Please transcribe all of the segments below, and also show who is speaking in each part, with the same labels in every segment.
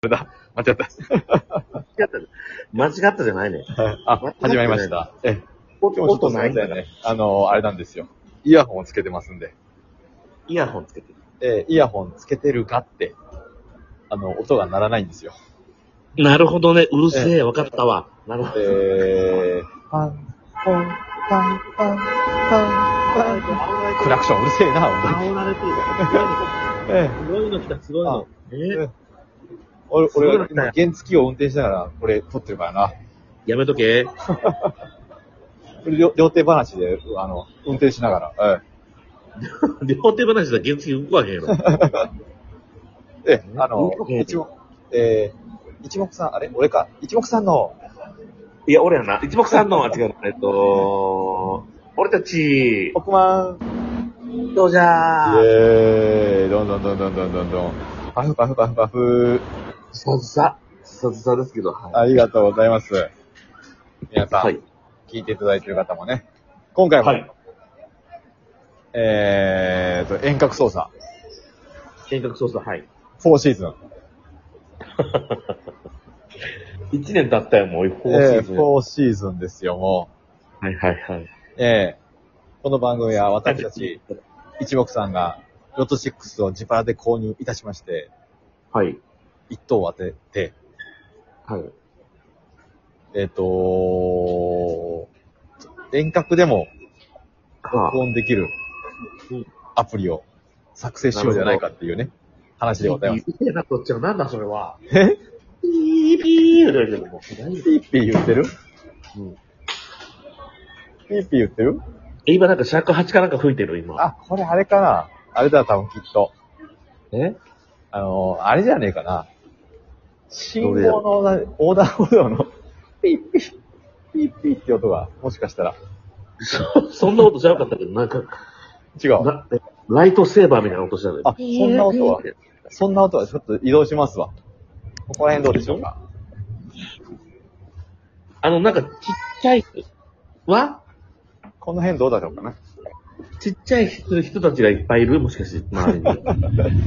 Speaker 1: あれだ。間違った。
Speaker 2: 間違った。間違ったじゃないね。
Speaker 1: あ、始まりました。え、
Speaker 2: 音
Speaker 1: 今日ちょっと
Speaker 2: ない
Speaker 1: ん
Speaker 2: ん
Speaker 1: だ
Speaker 2: だ
Speaker 1: よ
Speaker 2: ね。
Speaker 1: ね。あの、あれなんですよ。イヤホンをつけてますんで。
Speaker 2: イヤホンつけてる。
Speaker 1: えーイヤホンつけてるかって、あの、音が鳴らないんですよ。
Speaker 2: なるほどね。うるせ
Speaker 1: え
Speaker 2: え。わかったわ。なるほど。
Speaker 1: えー、パン、ポン、パン、パン、パン、パン。クラクションうるせえな、お前。
Speaker 2: 煽られてるから。
Speaker 1: え
Speaker 2: すごいの来た、すごいの。え
Speaker 1: え俺、
Speaker 2: すごい
Speaker 1: 俺
Speaker 2: の
Speaker 1: が
Speaker 2: 来た
Speaker 1: 今
Speaker 2: よ
Speaker 1: 原付を運転しながら、これ撮ってるからな。
Speaker 2: やめとけ。
Speaker 1: これ両両手話で、あの、運転しながら。ええ
Speaker 2: 両手話だ、原付動くわけやろ。
Speaker 1: ええ、あの
Speaker 2: う、ん
Speaker 1: 一目、えー、一目さん、あれ俺か。一目さんの、
Speaker 2: いや、俺やな。一目散のは違う。えっと、俺たち、
Speaker 1: 億万
Speaker 2: どうじゃ
Speaker 1: イ
Speaker 2: ー。
Speaker 1: ェーイどんどんどんどんどんどんどん。パフパフパフパフ。
Speaker 2: ずさずさ。ずさずさですけど。は
Speaker 1: ありがとうございます。皆
Speaker 2: い
Speaker 1: さん、
Speaker 2: はい。
Speaker 1: 聞いていただいている方もね。今回も、
Speaker 2: はい
Speaker 1: えーと、遠隔操作、
Speaker 2: 遠隔操作、はい。
Speaker 1: 4シーズン。
Speaker 2: 一年経ったよ、もう。4
Speaker 1: え
Speaker 2: シ
Speaker 1: ー
Speaker 2: ーズン。
Speaker 1: 4シーズンですよ、も
Speaker 2: はいはいはい。
Speaker 1: う。えー、この番組は私たち、一目さんが、ロト6を自腹で購入いたしまして、
Speaker 2: はい。
Speaker 1: 一等を当てて、
Speaker 2: はい。
Speaker 1: えっ、と遠隔でも
Speaker 2: か
Speaker 1: 録。音できる
Speaker 2: うん
Speaker 1: アプリを作成しようじゃないかっていうね、話でございます。
Speaker 2: うるせえな、こっちは。なんだ、それは。
Speaker 1: え
Speaker 2: ピーピー言うてるけども。何
Speaker 1: ピーピー言ってる
Speaker 2: うん
Speaker 1: ピーピー言ってる
Speaker 2: 今なんか尺八かなんか吹いてる、今。
Speaker 1: あ、これあれかなあれだ、多分きっと。
Speaker 2: え
Speaker 1: あのー、あれじゃねえかな。信号
Speaker 2: れや
Speaker 1: のな横断歩道の ピーピー、ピーピーって音が、もしかしたら。
Speaker 2: そ、そんな音じゃなかったけど、なんか、
Speaker 1: 違う。
Speaker 2: なえライトセーバーみたいな音したね。
Speaker 1: あそんな音は
Speaker 2: ピーピ
Speaker 1: そんな音はちょっと移動しますわ。ここら辺どうでしょうか
Speaker 2: ーあの、なんか、ちっちゃい、は
Speaker 1: この辺どうだろうかな。
Speaker 2: ちっちゃい人人たちがいっぱいいるもしかして、周り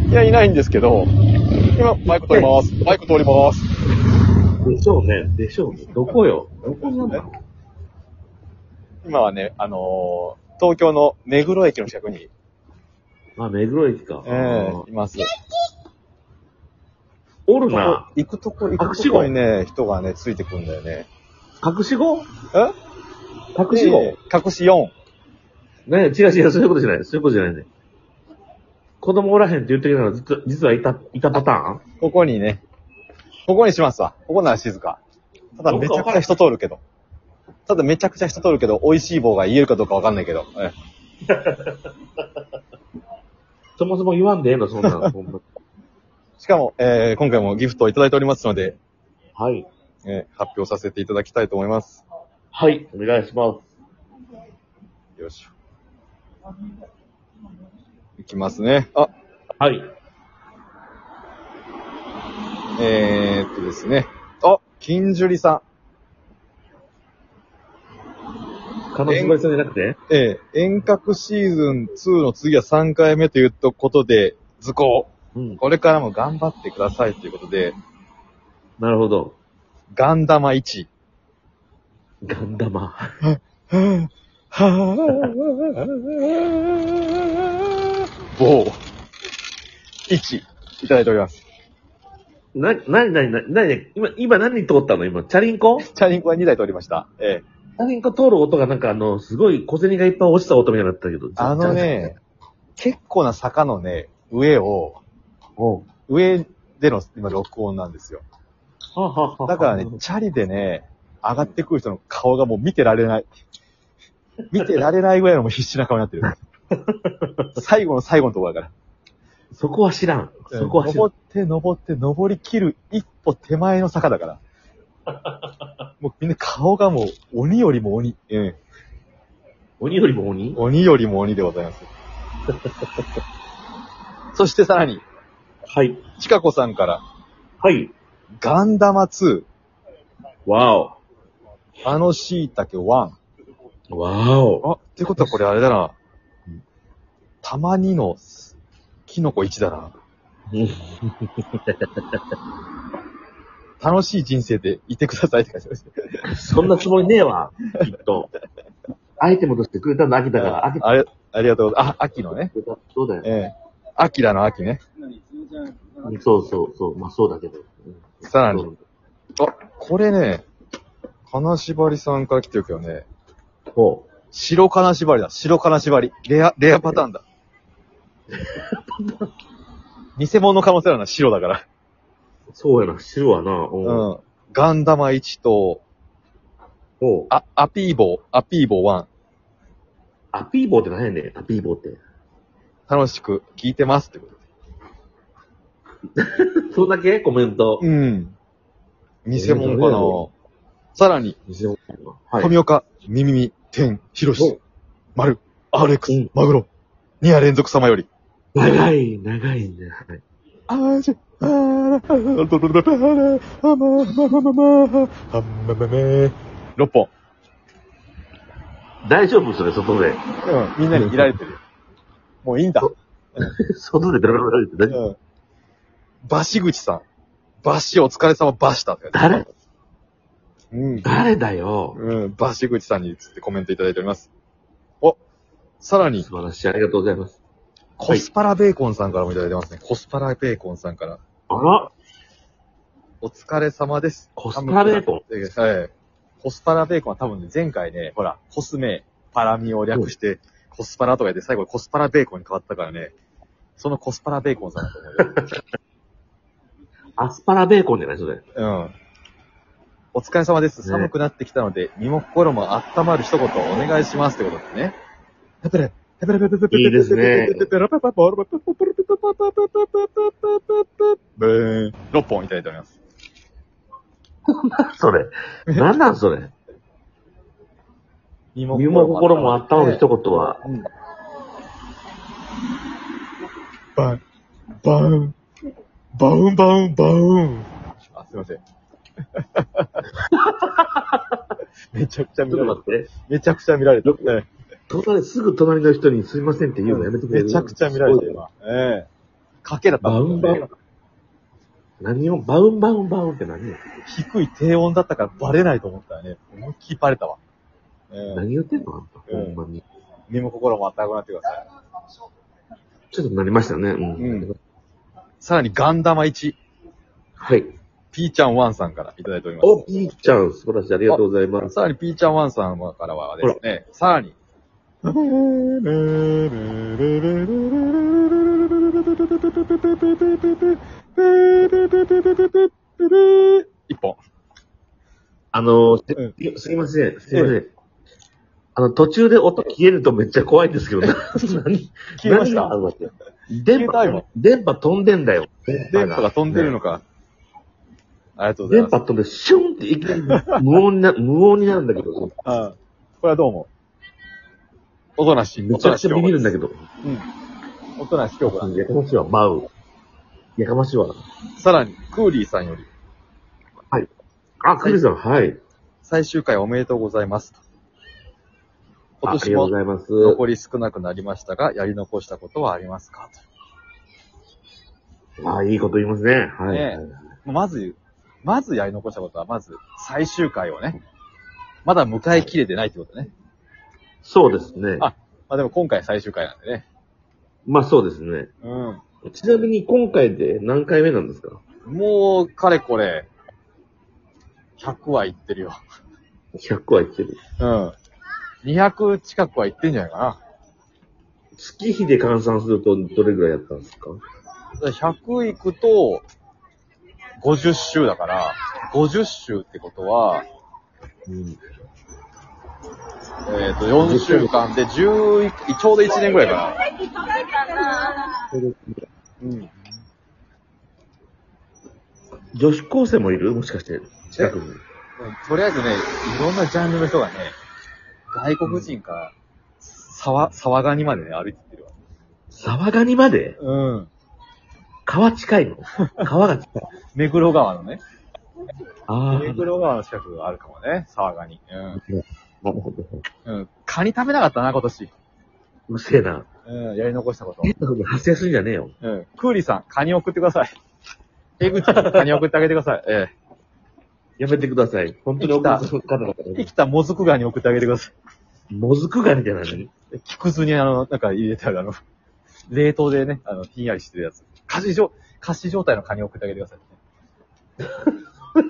Speaker 2: に。
Speaker 1: いや、いないんですけど、今、マイク通ります。マイク通ります。
Speaker 2: でしょうね。でしょうね。どこよ。どこなんだろ
Speaker 1: 今はね、あのー東京の目黒駅の近くに、
Speaker 2: う。あ、目黒駅か。あー
Speaker 1: います。
Speaker 2: おるな。
Speaker 1: 行くとこ、行くとこにね、人がね、ついてくんだよね。
Speaker 2: 隠し語
Speaker 1: え
Speaker 2: 隠し語
Speaker 1: ええ隠し4。
Speaker 2: ね違う違う、そういうことじゃない。そういうことじゃないね。子供おらへんって言ってきたら、実は実はいた、いたパターン
Speaker 1: ここにね、ここにしますわ。ここなら静か。ただめちゃくちゃ人通るけど。ただめちゃくちゃ人通るけど、美味しい棒が言えるかどうかわかんないけど。ええ
Speaker 2: そもそも言わんでええの、そんなの。 ほんま
Speaker 1: しかも、えー今回もギフトをいただいておりますので、
Speaker 2: はい。
Speaker 1: えー発表させていただきたいと思います。
Speaker 2: はい、お願いします。
Speaker 1: よいしょ。いきますね。あ、
Speaker 2: はい。
Speaker 1: えー、っとですね。あ、金樹里さ
Speaker 2: 金縛りさんじゃなくて
Speaker 1: ん。えー、遠隔シーズン2の次は3回目ということで、図工。
Speaker 2: うん。
Speaker 1: これからも頑張ってくださいということで、
Speaker 2: なるほど。
Speaker 1: ガンダマ1。
Speaker 2: ガンダマ。
Speaker 1: はぁ、棒。1。いただいております。
Speaker 2: な、なになになになに今、今何通ったの今、チャリンコチ
Speaker 1: チャリンコは2台通りました。えー
Speaker 2: ャリンコ通る音がなんかあの、すごい小銭がいっぱい落ちた音みたいになったけど。
Speaker 1: あのね、結構な坂のね、上を、
Speaker 2: おう。
Speaker 1: 上での今録音なんですよ。
Speaker 2: はあはあはあ
Speaker 1: だからね、チャリでね、上がってくる人の顔がもう見てられない。見てられないぐらいのもう必死な顔にな ってる。最後の最後のところだか
Speaker 2: そこは知らん。
Speaker 1: ら。
Speaker 2: そこは知らん。
Speaker 1: 登って登って登り切る一歩手前の坂だ から。もうみんな顔がもう鬼よりも鬼。うん。
Speaker 2: 鬼よりも鬼
Speaker 1: 鬼よりも鬼でござい ます。そしてさらに、
Speaker 2: はい。
Speaker 1: ちかこさんから、
Speaker 2: はい。
Speaker 1: ガンダマ2、
Speaker 2: わ
Speaker 1: あの椎茸1。
Speaker 2: お。わお。
Speaker 1: あ、ってことはこれあれだな。たまにの、キノコ1だな。楽しい人生でいてくださいって書いてます。
Speaker 2: そんなつもりねえわ、きっと。アイテムとしてくれたの秋だから、秋
Speaker 1: あれ、ありがとうございます。あ、秋のね。
Speaker 2: くれた。そうだよ。
Speaker 1: ええ。秋だの秋ね。
Speaker 2: そうそうそう。まあそうだけど。うん
Speaker 1: さらに。あ、これね、金縛りさんから来てるけどね、
Speaker 2: ほう。
Speaker 1: 白金縛りだ。白金縛り。レア、レアパターンだ。偽物の可能性あるな、白だから。
Speaker 2: そうやな、知るわな。うん。
Speaker 1: うん。ガンダマ1と、
Speaker 2: ほう。
Speaker 1: あ、アピーボー、アピーボー1。
Speaker 2: アピーボーって何やねん、アピーボーって。
Speaker 1: 楽しく聞いてますってこと。
Speaker 2: そんだけコメント。
Speaker 1: うん。偽物
Speaker 2: どれ
Speaker 1: か
Speaker 2: だ
Speaker 1: な
Speaker 2: ろ
Speaker 1: さらに、
Speaker 2: 偽物はい。
Speaker 1: 富岡、みみみ、天、ひろし
Speaker 2: お、
Speaker 1: 丸、
Speaker 2: う
Speaker 1: RX
Speaker 2: ん、
Speaker 1: マグロ、2夜連続様より。
Speaker 2: 長い、長いね。はい。
Speaker 1: あーじゃ、あーあーどどどどどあまままままあままめ6本。
Speaker 2: 大丈夫それ、外で。
Speaker 1: うん、みんなにいられてるよ。もういいんだ。
Speaker 2: 外でベラベラベラって大丈夫。
Speaker 1: うん。バシ口さん。バシお疲れ様バシだって。
Speaker 2: 誰
Speaker 1: うん。
Speaker 2: 誰だよ。
Speaker 1: うん、バシ口さんにつってコメントいただいております。お、さらに、
Speaker 2: 素晴らしい。ありがとうございます。
Speaker 1: コスパラベーコンさんからもいただいてますね。コスパラベーコンさんから。
Speaker 2: あら、
Speaker 1: お疲れ様です。
Speaker 2: コスパベーコン
Speaker 1: はい。コスパラベーコンは多分ね、前回ね、ほら、コスメ、パラミを略して、コスパラとか言って、最後にコスパラベーコンに変わったからね、そのコスパラベーコンさんだと思うよ。
Speaker 2: アスパラベーコンじゃないそ れ。
Speaker 1: うん。お疲れ様です。
Speaker 2: ね
Speaker 1: 寒くなってきたので、身も心も温まる一言お願いしますってことですね。
Speaker 2: いいですね
Speaker 1: ブーン。6本いただいております。
Speaker 2: それ。なんなんそれ。
Speaker 1: 身
Speaker 2: 身も心もあったの一言は、
Speaker 1: うんバン、バン、バウンバウンバウン。あ、すいません。めちゃくちゃ
Speaker 2: ち
Speaker 1: 見
Speaker 2: ょっ
Speaker 1: ら
Speaker 2: と
Speaker 1: れ
Speaker 2: 待
Speaker 1: た。
Speaker 2: って。
Speaker 1: めちゃくちゃ見られた。ね
Speaker 2: 隣、すぐ隣の人にすいませんって言うのやめてくれる
Speaker 1: めちゃくちゃ見られた、
Speaker 2: すごい
Speaker 1: 今。ええ賭けだった
Speaker 2: バウン
Speaker 1: んだ
Speaker 2: バ
Speaker 1: よ
Speaker 2: ウ
Speaker 1: ね、
Speaker 2: ン。何を、バウンバウンバウンって何よ
Speaker 1: 低い低音だったからバレないと思ったらね、思いっきりバレたわ。ええ
Speaker 2: 何言ってんのあんた、
Speaker 1: う
Speaker 2: ほ
Speaker 1: ん
Speaker 2: んまに。
Speaker 1: 身も心も温かくなってください。
Speaker 2: ちょっとなりましたね。うん。
Speaker 1: うんさらにガンダマ1、
Speaker 2: はい。
Speaker 1: ピーちゃん1さんからいただいております。
Speaker 2: お、ピーちゃん、素晴らしい。ありがとうございます。
Speaker 1: さらに、ピーちゃんワンさんからはですね、さらに。一本。
Speaker 2: あの、す
Speaker 1: うん
Speaker 2: すいません、すいません。あの、途中で音消えるとめっちゃ怖いんですけど、な何
Speaker 1: 消えまし
Speaker 2: 何があ
Speaker 1: た。
Speaker 2: るわけ電
Speaker 1: 携帯
Speaker 2: 波
Speaker 1: も、
Speaker 2: 電波飛んでんだよ。
Speaker 1: 電波が飛んでるのか。ありがとうござい
Speaker 2: 電
Speaker 1: ます
Speaker 2: 波飛んで、シュンっていきなり無音にな、無音になるんだけど、。
Speaker 1: あこれはどうも。おとなしい。
Speaker 2: めちゃくちゃビビるんだけど。
Speaker 1: おとなしい京子なんで
Speaker 2: やかましいわ、バウ。やかましいわ。
Speaker 1: さらに、クーリーさんより、
Speaker 2: あ、クリスさん、はい。
Speaker 1: 最終回おめでとうございます。今
Speaker 2: ああ
Speaker 1: 年
Speaker 2: りがと
Speaker 1: も
Speaker 2: うございます。
Speaker 1: 残り少なくなりましたが、やり残したことはありますか
Speaker 2: あ、いいこと言いますね。はい。
Speaker 1: ねとまず、まずやり残したことは、まず、最終回をね、まだ迎えきれてないってことね。
Speaker 2: そうですね。
Speaker 1: あまあでも今回最終回なんでね。
Speaker 2: まあそうですね。
Speaker 1: うん。
Speaker 2: ちなみに今回で何回目なんですか
Speaker 1: もう、かれこれ、100は行ってるよ。
Speaker 2: ?100 は言ってる。
Speaker 1: うん。200近くは行ってんじゃないかな。
Speaker 2: 月日で換算するとどれぐらいやったんですか
Speaker 1: 100行くと、50周だから、50周ってことは、
Speaker 2: うん。
Speaker 1: えっ、と、4週間で11、ちょうど1年ぐらいかな。うん。
Speaker 2: 女子高生もいるもしかして、近くに。
Speaker 1: とりあえずね、いろんなジャンルの人がね、外国人から、沢、沢ガニまでね、歩いてってるわ。
Speaker 2: 沢ガニまで
Speaker 1: うん。
Speaker 2: 川近いの川が近い。
Speaker 1: 目黒川のね、
Speaker 2: ああ。な
Speaker 1: 目黒川の近くがあるかもね、沢ガニ。
Speaker 2: るほど。
Speaker 1: うん。うん。カニ食べなかったな、今年。
Speaker 2: うるせえな。
Speaker 1: うん、やり残したこと。
Speaker 2: 変なこと発生するんじゃねえよ。
Speaker 1: うん。クーリーさん、カニ送ってください。江口にカニ送ってあげてください。ええ。
Speaker 2: やめてください。本当に送る方々
Speaker 1: 生
Speaker 2: に。
Speaker 1: きたもずくガニ送ってあげてくださ
Speaker 2: もずくガニじゃないのに。
Speaker 1: い。木くずにあの、なんか入れてあるあの、冷凍でね、あの、ひんやりしてるやつ。菓子状、菓子状態のカニ送ってあげてください。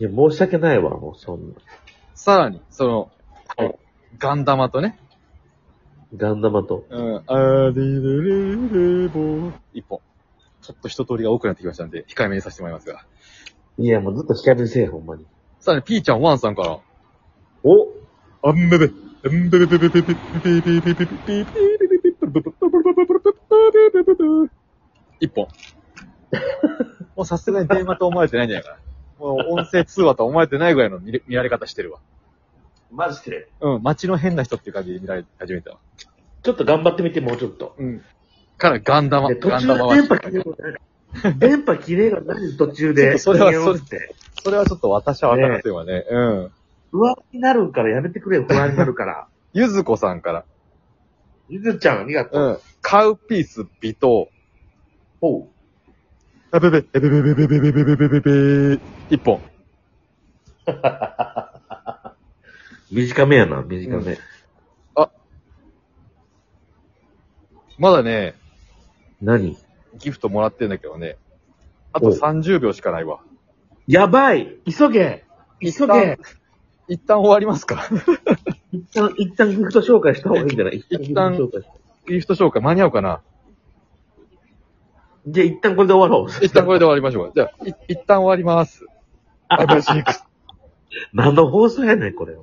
Speaker 2: いや、申し訳ないわ、もうそんな。
Speaker 1: さらに、その、
Speaker 2: はい
Speaker 1: ガンダマとね、
Speaker 2: ガンダマと。
Speaker 1: うん、あーりるるるぼー一本。ちょっと一通りが多くなってきましたんで、控えめにさせてもらいますが。
Speaker 2: いや、もうずっと光るせえ、ほんまに。
Speaker 1: さらに、ピーちゃんワンさんから、
Speaker 2: お
Speaker 1: あんべべ、あんべべべべべべべべべべべべべべべべべべべべべべ一本。もうさすがに電話と思われてないんじゃないかな。もう音声通話と思われてないぐらいの見れ見られ方してるわ。
Speaker 2: マジで
Speaker 1: うん、街の変な人っていう感じで見られ始めたわ。
Speaker 2: ちょっと頑張ってみて、もうちょっと。
Speaker 1: うん。からガンダマ、
Speaker 2: で途
Speaker 1: ガン
Speaker 2: 中
Speaker 1: ダ
Speaker 2: で
Speaker 1: マは
Speaker 2: 電波切れるの電波切れるの何途中
Speaker 1: ちょっ
Speaker 2: で。
Speaker 1: とそれは
Speaker 2: 人間を打って。
Speaker 1: それはちょっと私はわからんというのはね、うん。
Speaker 2: 不安になるからやめてくれよ、不安になるから。
Speaker 1: ゆずこさんから、
Speaker 2: ゆずちゃん、ありがとう。
Speaker 1: うん。カウピース微糖。
Speaker 2: ほう。
Speaker 1: あべべ、えべべべべべべべべべべべ一本。
Speaker 2: 短めやな、短め。
Speaker 1: まだね、
Speaker 2: 何
Speaker 1: ギフトもらってんだけどね。あと30秒しかないわ。
Speaker 2: やばい急げ急げ
Speaker 1: 一旦終わりますか
Speaker 2: 一旦、一旦ギフト紹介した方がいいんじゃない一
Speaker 1: 一旦
Speaker 2: ギフト紹介。
Speaker 1: ギフト紹介間に合うかな
Speaker 2: じゃあ一旦これで 終わろう。
Speaker 1: 一旦これで終わりましょう。じゃあ、い一旦終わります。私、
Speaker 2: 何の放送やねん、これ。